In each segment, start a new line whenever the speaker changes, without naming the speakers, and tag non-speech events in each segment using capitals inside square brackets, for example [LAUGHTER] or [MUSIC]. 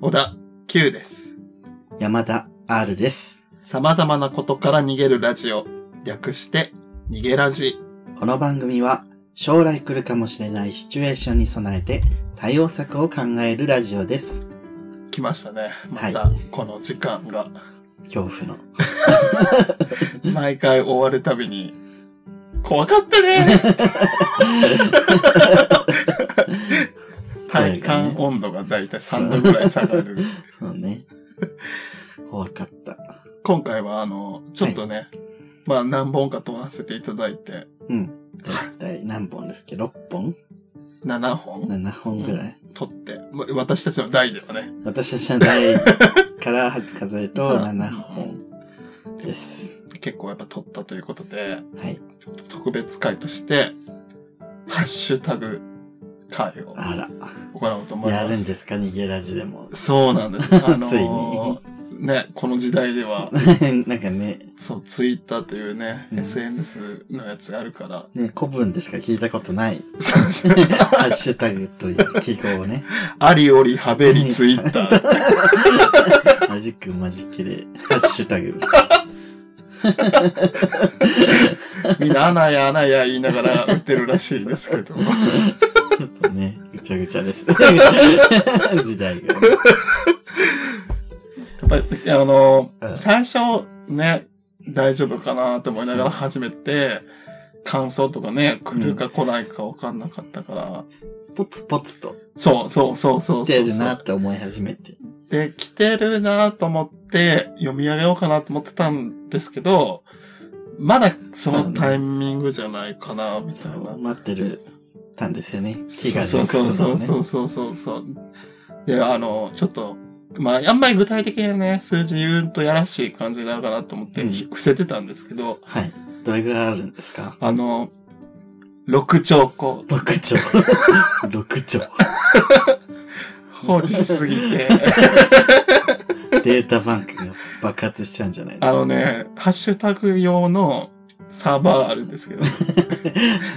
小田 Q です。
山田 R です。
様々なことから逃げるラジオ。略して、逃げラジ。
この番組は将来来るかもしれないシチュエーションに備えて対応策を考えるラジオです。
来ましたね。また
は、
この時間が。
恐怖の。
毎回終わるたびに、怖かった [LAUGHS] ね体感温度がだいたい3度ぐらい下がる。
そうね。 [LAUGHS] 怖かった。
今回はあの、ちょっとね、まあ何本か撮らせていただいて、
うん。大体何本ですっけど ?6 本
7本
?7 本ぐらい。
撮って、ま私たちの代ではね、
私たちの代から数えると
[LAUGHS] うん
7本です。
結構やっぱ撮ったということで、
はい。
ちょっと特別会として、ハッシュタグ会を
あら。
行おうと思います。。
やるんですか逃げラジでも [LAUGHS]
そうなんです。あのー
つ
ね、この時代では、 [LAUGHS]
なんかね、
そう、ツイッターというね、
うん
SNS のやつがあるから、 [LAUGHS]
ね、古文でしか聞いたことない。
そうそう
ハッシュタグという記号をね。
ありおりはべりツイッター。
マジックマジキレ。ハッシュタグ。
みんな、穴や穴や言いながら売ってるらしいですけど。
[LAUGHS] ちょっとね、ぐちゃぐち
[LAUGHS]
ゃです。時代が、ね。
やっぱり、あの
う、ん
最初ね、大丈夫かなと思いながら
そう
始めて、感想とかね、来るか来ないかわかんなかったから、
ポツポツと
そうそうそうそうそ
来
う。
てるなって思い始めて。
で、来てるなと思って、読み上げようかなと思ってたんですけど、まだそ
そ
の
うね
タイミングじゃないかな、みた
そ、
いうな。
待ってる、たんですよね。気が。
そうそうそうそううそうそうそう。で、あの、ちょっと、まあ、あんまり具体的にね、数字言うとやらしい感じになるかなと思って、
うん
伏せてたんですけど、
はい。どれぐらいあるんですか
あの、六兆個
六兆。 [LAUGHS] 六兆。
放置しすぎ [LAUGHS] て、
データバンクが爆発しちゃうんじゃないですか。
あの。ね、ハッシュタグ用のサーバーあるんですけど、
ハッ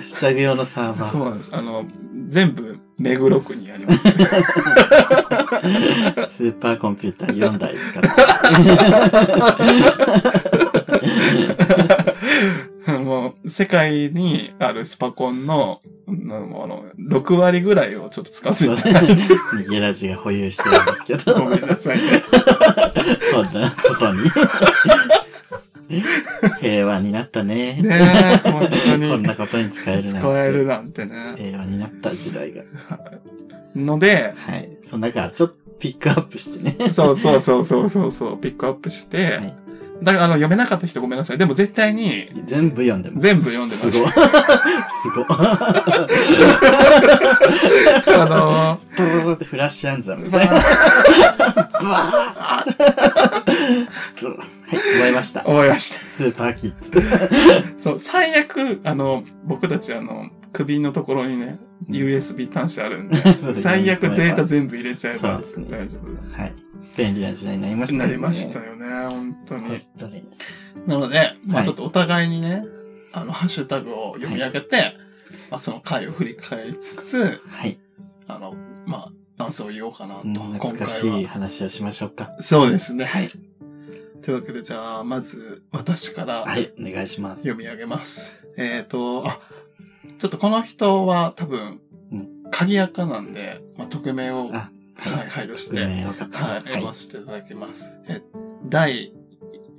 シュタグ用のサーバ
そうなんです。あの、全部目黒区にあります。
ー。スーパーコンピューター4台使
[LAUGHS]
って。
あの、世界にあるスパコンの、うんあの、6割ぐらいをちょっと使わせ
そう [LAUGHS]
て、
逃げラジが保有してるんですけど。
ごめんなさいね。
そんなことに。平和になったね。
ねえ、本当に。
こんなことに使えるなんて。
使えるなんてね。
平和になった時代が。
ので、
はい。その中、ちょっとピックアップしてね。
そうそうそうそうそうそう、ピックアップして、
はい
だからあの読めなかった人ごめんなさい。でも絶対に
全部読んでます。
全部読んでますす。
ごい。すご
あの
い。ブルルルってフラッシュ暗算み
ー
たいな。
まあ、
ブワーブルルルはい、覚えました。
思いました。
スーパーキッズ。
そう、最悪、あの、僕たちあの、首のところにね、
うん
USB 端子あるんで、
[LAUGHS] そうで
[LAUGHS]
す
最悪データ全部入れちゃえば
そうですね
大丈夫だ。
はい。便利な時代になりました
な
よね。
りましたよね、本当に。
本当に。
なので、まあ
はい
ちょっとお互いにね、あの、ハッシュタグを読み上げて、まあその回を振り返りつつ、
はい。
あの、まあ、ダンスを言おうかなと、
うん懐かしい話をしましょうか。
そうですね。
はい。
というわけで、じゃあ、まず、私から
はい、お願いします。
読み上げます。えっ、と、あ、ちょっとこの人は多分
う、
鍵垢なんで、まあ、匿名を、は
あ
い、配慮し
運
て、
命の方。
はい、読ませていただきます。え、第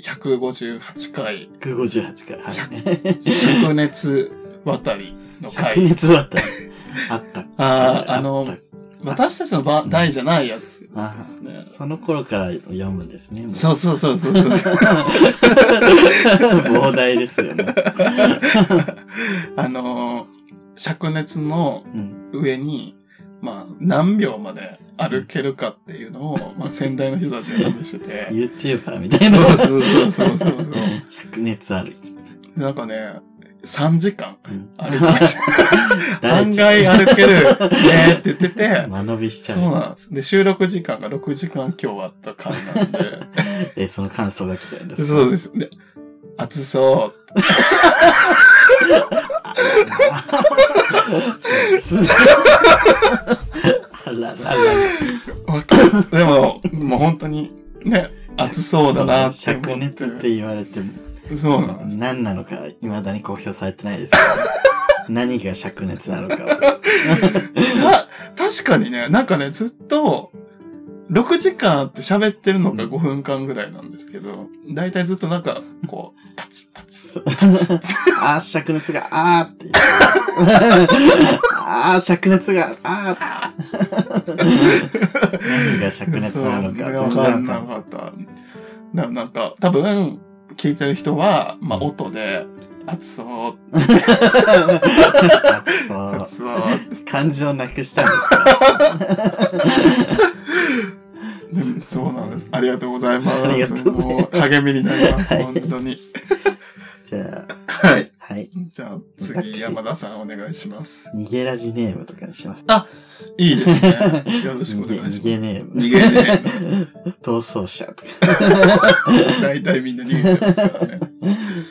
158回、
158から。はい。
灼熱渡りの
灼
回。[LAUGHS]
熱渡り。あった。
ああ、あの
った、
私たちの場題じゃないやつ
あ
ですね。
その頃から読むんですね。もう
そうそうそうそうそうそう。
[LAUGHS] 膨大ですよね。
あのー、灼熱の
うん。
上に、まあ、何秒まで歩けるかっていうのを、まあ、先代の人たちが試して [LAUGHS] て。
YouTuber みたいな。
そうそうそうそうそうそう。
灼熱ある。
でなんかね、3時間
うん
歩きま [LAUGHS] した。
誰
案
ち
外歩 [LAUGHS] けるねって言ってて、
間延びしち
そう
ゃう。
なんです。で、収録時間が6時間今日あった感なん [LAUGHS] で。
え、その感想が来たんです。
そうです。で、暑そう。 [LAUGHS]
そうです。あるららら。
わかるでも、もう本当に、ね、熱そうだなって思って
灼熱って言われても、
そうなんです。
何なのか未だに公表されてないですけど。何が灼熱なのかは。
ま [LAUGHS] 確かにね、なんかね、ずっと、6時間あって喋ってるのが5分間ぐらいなんですけど、だいたいずっとなんか、こう、パチパチ。
そうああ、灼熱が、ああって言ってます。ああ、灼熱が、ああって。何が灼熱なの
そうね
か、全然
わ
わか
か
ん
ん
な。
ないかった。だからなんか、多分、聞いてる人は、まあ、音で、熱そう、
そう。
熱そう。
感情なくしたんですか
で
[LAUGHS]
もそうなんです。ありがとうございます。
ありがとうございます
も励みになります、
はい
本当に。
じゃあ、
はい。
はい。
じゃあ、次、
私
山田さんお願いします。
逃げラジネームとかにします。
いいですね。よろしくお
逃げ、
願いしま
逃
す。
げネーム。
逃げね。
逃走者とか。
[LAUGHS] 大体みんな逃げてますからね。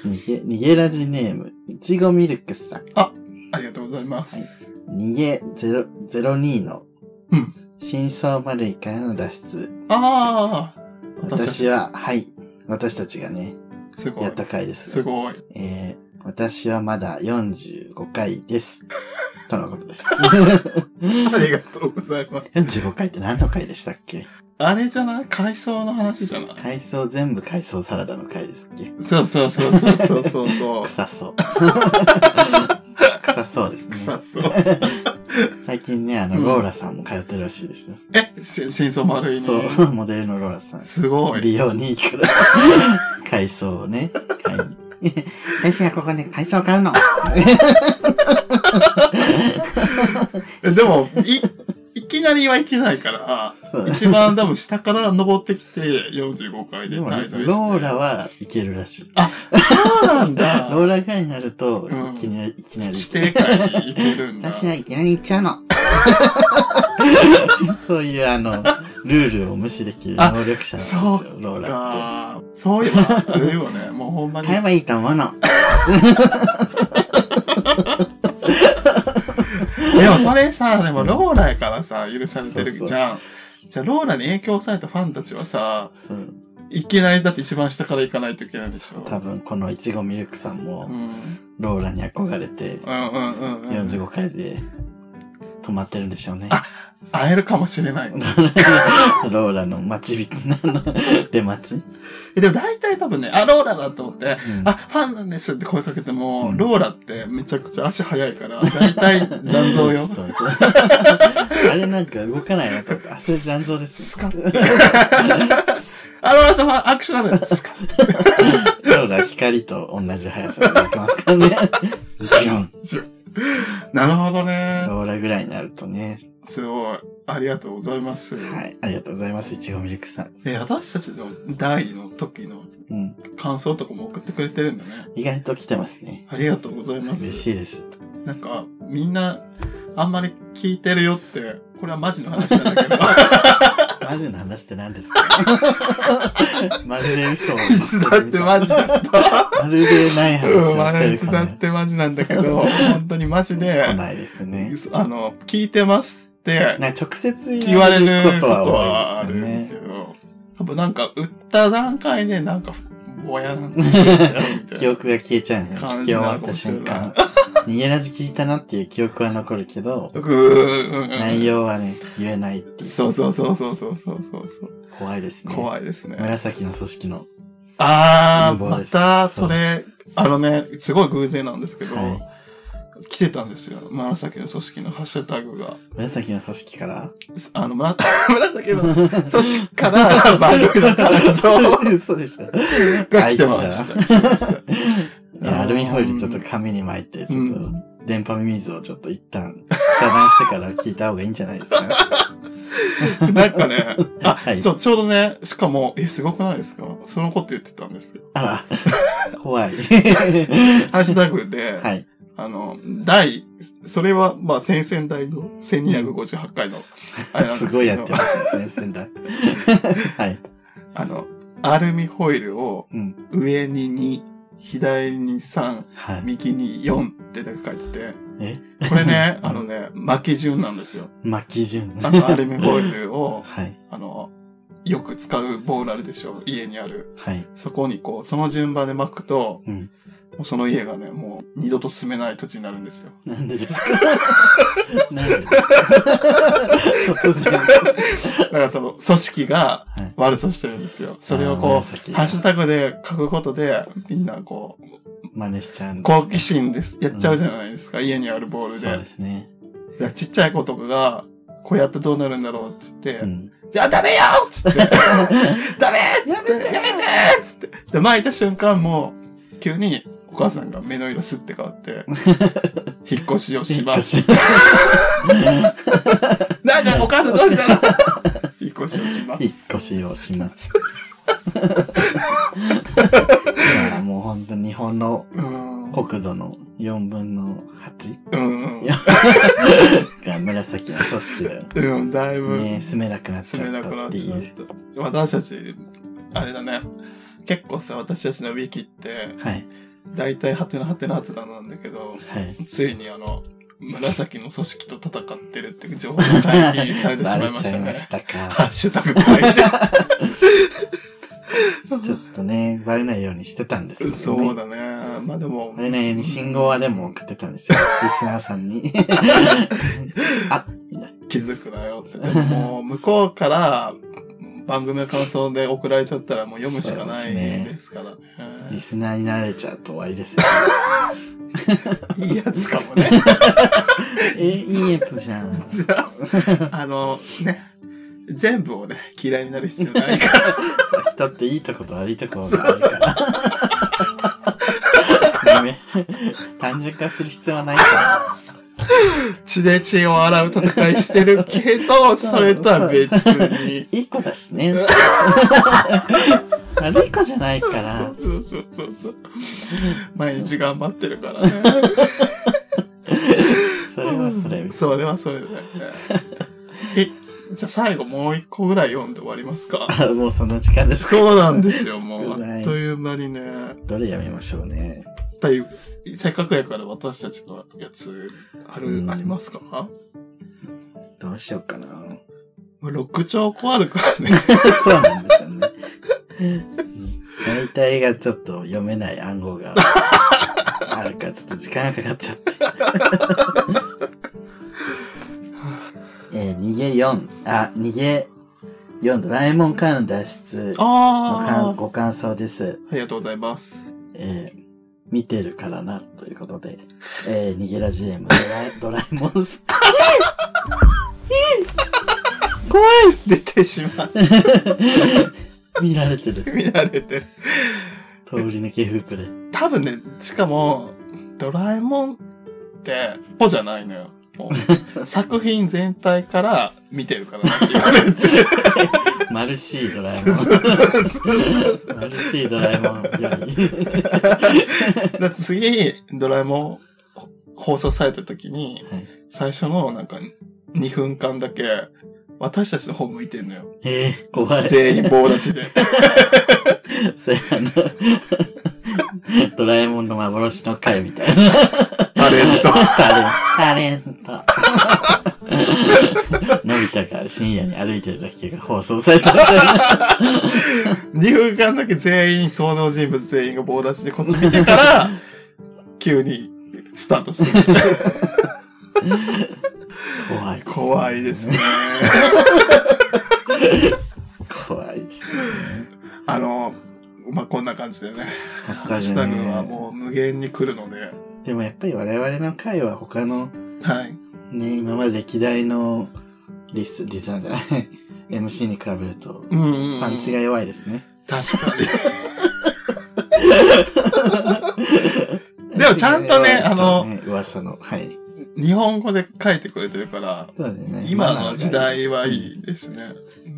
逃げ、逃げラジネーム。いちごミルクさん。
ありがとうございます。
逃げ0 02の。
うん
真相丸いからの脱出。
ああ私
私は、はい。私たちがね、
すご
や
い
っ。た回です
す。ごい。
えー、私はまだ45回です。とのことです。 [LAUGHS]
ありがとうございます。
45回って何の回でしたっけ
あれじゃない海藻の話じゃない
海藻全部海藻サラダの回ですっけ
そうそうそうそうそうそうそう。
臭そう。臭そうですね
臭。そう。
最近ね、あの、
うん
ローラさんも通ってるらしいですよ。
[LAUGHS] え、し真相丸いね。
そう、モデルのローラさん。
すごい。
美容にいいから、海藻をね、買い [LAUGHS] に。私がここで海藻を買うの。
えでも、い、いきなりはいけないから、
そう
一番多分下から登ってきて45回で
でも、
滞在して。
ローラはいけるらしい。
そうなんだ。
ローラぐらいになると、
うん
いきなり、いきなり
指。定会に行けるんだ。
私はいきなり行っちゃうの。 [LAUGHS] そういう、あの、ルールを無視できる能力者なんですよ、
あそ
ローラって。
あーそういうのあるよね。もうほんまに
買えばいいと思うの。
でもそれさ、でもローラやからさ、許されてるじゃん。じゃあローラに影響されたファンたちはさ、
そう。
いきなりだって一番下から行かないといけないでしょ。
多分、このいちごミルクさん
うん。う
も、
ん
ローラに憧れて、
うんうんうん。
45回で止まってるんでしょう
[LAUGHS]
ね。
会えるかもしれない。
ローラの待ち人なの。
[LAUGHS]
出待ち、
え [LAUGHS] でも大体多分ね、あ、ローラだと思って、
うん
あ、ファンなんですって声かけても、
うん
ローラってめちゃくちゃ足早い
[LAUGHS]
から、大体残像よ。
そうそう。 [LAUGHS] あれなんか動かないなと思って、あ、それ残像です。
スカッ。あのさ、握手なのよ。スカッ。
ローラ光と同じ速さで動きますからね。ジョン。
なるほどね。
ローラぐらいになるとね。
すごい。ありがとうございます。
はい。ありがとうございます、いちごミルクさん。
え、私たちの第二の時の
うん。
感想とかも送ってくれてるんだね。
意外と来てますね。
ありがとうございます。
嬉しいです。
なんか、みんな、あんまり聞いてるよって、これはマジの話なんだけど、
マジの話って何ですかまるで嘘を
い
言
つだってマジだった。
まるでない話をして
い
る
つだ
か
ってマジなんだけど、本当にマジで
ら、ないですね。
あの、聞いてますって
なんか直接
言われること
は
はあ
多い
る
で
ん
すよ
ですけ。
ね
ど、多分なんか、売った段階でなんか、ぼやなんて言うんだ [LAUGHS] ろうみたい
記
な。
憶が消えちゃうね。聞き
感
終
じ
わ
な
っ
のか
た
もしれな
瞬
い
間。逃げラジ聞いたなっていう記憶は残るけど、
うーん
内容はね、言えないっていう。
そうそうそうそうそうそうそうそう。
怖いですね。
怖いですね。
紫の組織の。
あー、
陰謀
ま
です
た、それ、あのね、すごい偶然なんですけど、
は
来てたんですよ。紫の組織のハッシュタグが。
い。紫の組織
[LAUGHS]
から。
あの、ま、紫の組織から番組の感想が
嘘でしょ。あ
来
いつ
て
ら
ました。来てました
いやアルミホイルちょっと紙に巻いて、ちょっ
う
と、電波ミミズをちょっと一
[LAUGHS]
旦遮断してから聞いた方がいいんじゃないですか。
なんかね、あ、
はい
そう、ちょうどね、しかも、え、すごくないですかそのこと言ってたんですよ。
あら、怖い。
[LAUGHS] ハッシュタグで、
はい。
あの、第、それは、まあ、先々代の1258回の、あれなんです
[LAUGHS] す
けど、
ごいやってますね、先生
[LAUGHS]
だ。はい。
あの、アルミホイルを
うん。
上に2、左に3、
はい。
右に4ってだけ書いてて、
え
これ
[LAUGHS]
ね、あのね、巻き順なんですよ。
巻き順。
あの、アルミホイルを、 [LAUGHS]
はい。
あの、よく使う棒なるでしょ家にある。
はい。
そこにこう、その順番で巻くと、
うん
もうその家がね、もう二度と住めない土地になるんですよ。
なんでですか [LAUGHS] なんでで
[LAUGHS]
すか突然。
だからその [LAUGHS] 組織が
はい
悪さしてるんですよ。それを
あー
こ
紫
う、ハッシュタグで書くことで、みんなこう、
真似しちゃうんですね
好奇心です、やっちゃうじゃないですか、家にあるボールで。
そうですね。
だからちっちゃい子とかが、こうやってどうなるんだろうって言って、
うん。
じゃあダメよっつ
[LAUGHS]
って、ダメっつって、やめてっつって。で、巻いた瞬間もう、急にお母さんが目の色すって変わ
[LAUGHS]
って、引っ越しをします。なんだ、お母さんどうしたの
[LAUGHS]
引っ越しをします。
引っ越しをします。いやもう本当日本の
うん。
国土の4分の8
うん
いやが紫の組織だよ。
うん、だいぶ
ね住めなくなっち
住
ゃ
め
っ
なく
た
な
っ
ってちゃっ
いう。
た。私たち、あれだね。結構さ、私たちのウィキって、
はい。
だいたいハテナハテナハテナなんだけど、
はい。
ついにあの、紫の組織と戦ってるっていう情報が解禁されてし
バ
まい
レ
まし
ち
た
ゃいま
ね。
した
ハ
か。
ッシュタグ書いて。
ちょっとね、バレないようにしてたんですけどね。
そうだね。まあでも
あ、れね、に信号はでも送ってたんですよ。リスナーさん [LAUGHS] に。あ、みたい
気づくなよって。でももう、向こうから、番組の感想で送られちゃったらもう読むしかないですからね。
なリスナーになられちゃうと終わりですよ。
いいやつかもね。 [LAUGHS]
え、いいやつじ [LAUGHS] ゃん。
じゃあ、あの、ね、全部をね、嫌いになる必要ないから。
そう人っていいとこと悪いとこがあるから。ダメ単純化する必要はないか
血で血を洗う戦いしてるけど、それとは別に。
ら。いい子だしね。悪い子じゃないから。
そうそうそうそう。 [LAUGHS] 毎日頑張ってるからね。
それはそれ。
それはそれで、ね。え、じゃあ最後もう一個ぐらい読んで終わりますか。
あ、もうそんな時間ですか。
そうなんですよ、も
少
う。
ない
あっという間にね。やっ
どれやめましょうね。
ぱり、せっかくやから私たちのやつ、ある、
うん
ありますかも
どうしようかな。
う六兆個ある
[LAUGHS]
からね。
そうなんですよね。大体がちょっと読めない暗号があるから、ちょっと時間がかかっちゃって。えー逃げ4、あ、逃げ4、ドラえもんからの脱出の
あ
感
あ。
ご感想です。
ありがとうございます。
えー見てるからな、ということで。えー逃げラジエム、ドラドラえもんさん。
怖い出てしまう。
見られてる。
見られてる。
通り抜けフープで。
多分ね、しかも、ドラえもんって、子じゃないのよ。も [LAUGHS] う作品全体から見てるからなって言われて。
マルシードラえ
[LAUGHS] そう [LAUGHS]
もん。
そうそうそう
マルシードラえもんより。
だって次、ドラえもんほ放送された時に、
はい
最初のなんか2分間だけ、私たちの方向いてんのよ。
えー、怖い。
全員棒立ち [LAUGHS] で。
それあの、ドラえもんの幻の回みたいな。
タレント。
タレント。タレント。のび太が深夜に歩いてるだけが放送されたみたいな。
2分間だけ全員、登場人物全員が棒立ちでこっち見て [LAUGHS] から、急にスタートする。
怖いです、
怖いですね。
怖いですね。
あの、まあ、こんな感じでね。
ハッシ
ハッシ
ュ
ュ
タ
タ
グね
グはもう無限に来るので。
でもやっぱり我々の回は他の
はい。
ね、今まで歴代のリス、リスナーじゃない MC に比べると
うんうんうん
パンチが弱いですね。
確か [LAUGHS]
[LAUGHS]
でもちゃんと
[LAUGHS]
ね
パンチが弱い
あ
とね、噂の、はい。
に。日本語で書いてくれてるから、
そうですね。
今の時代
は。
はいいですね。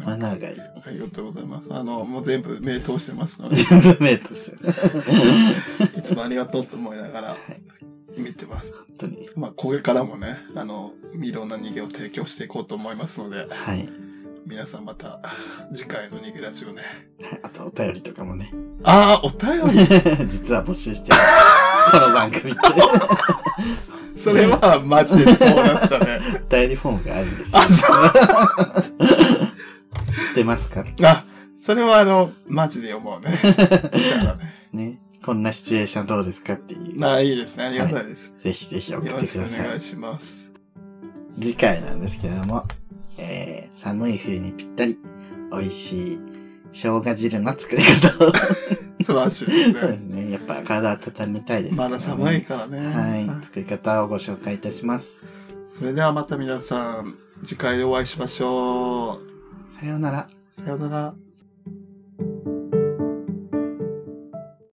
マナーがいい。
ありがとうございます。あの、もう全部目通してます
[LAUGHS]
ので、
全部メイトして
[LAUGHS]
る。
いつもありがとうと思いながら見てます。
本当に。
まあ、これからもね、あの、いろんな逃げを提供していこうと思いますので、
はい。
皆さんまた次回の逃げラジオね。
あと、お便りとかも
[LAUGHS]
ね。
ああ、お便り [LAUGHS]
実は募集してます。この番組って。
[LAUGHS] それはマジでそうだったね。
代理フォームがあるんですよ。
あ、そう。
[LAUGHS] 知ってます
[LAUGHS]
か
あ、それはあの、マジで思う [LAUGHS] ね。だからね
ね。こんなシチュエーションどうですかっていう。
まあいいですね。ありがたいです。
ぜひぜひ送
よ
っ
ろ
て
し
く
くお
ださい
願。いします。
次回なんですけれども、えー、寒い冬にぴったり、美味しい生姜汁の作り方を、
素晴らしいです [LAUGHS]
そうで
ね
す。ね、やっぱ体温めたいですか
ま
ら
だ
ね、
寒いからね。
はい、作り方をご紹介いたします。
それではまた皆さん、次回でお会いしましょう。
さようなら。
さようなら。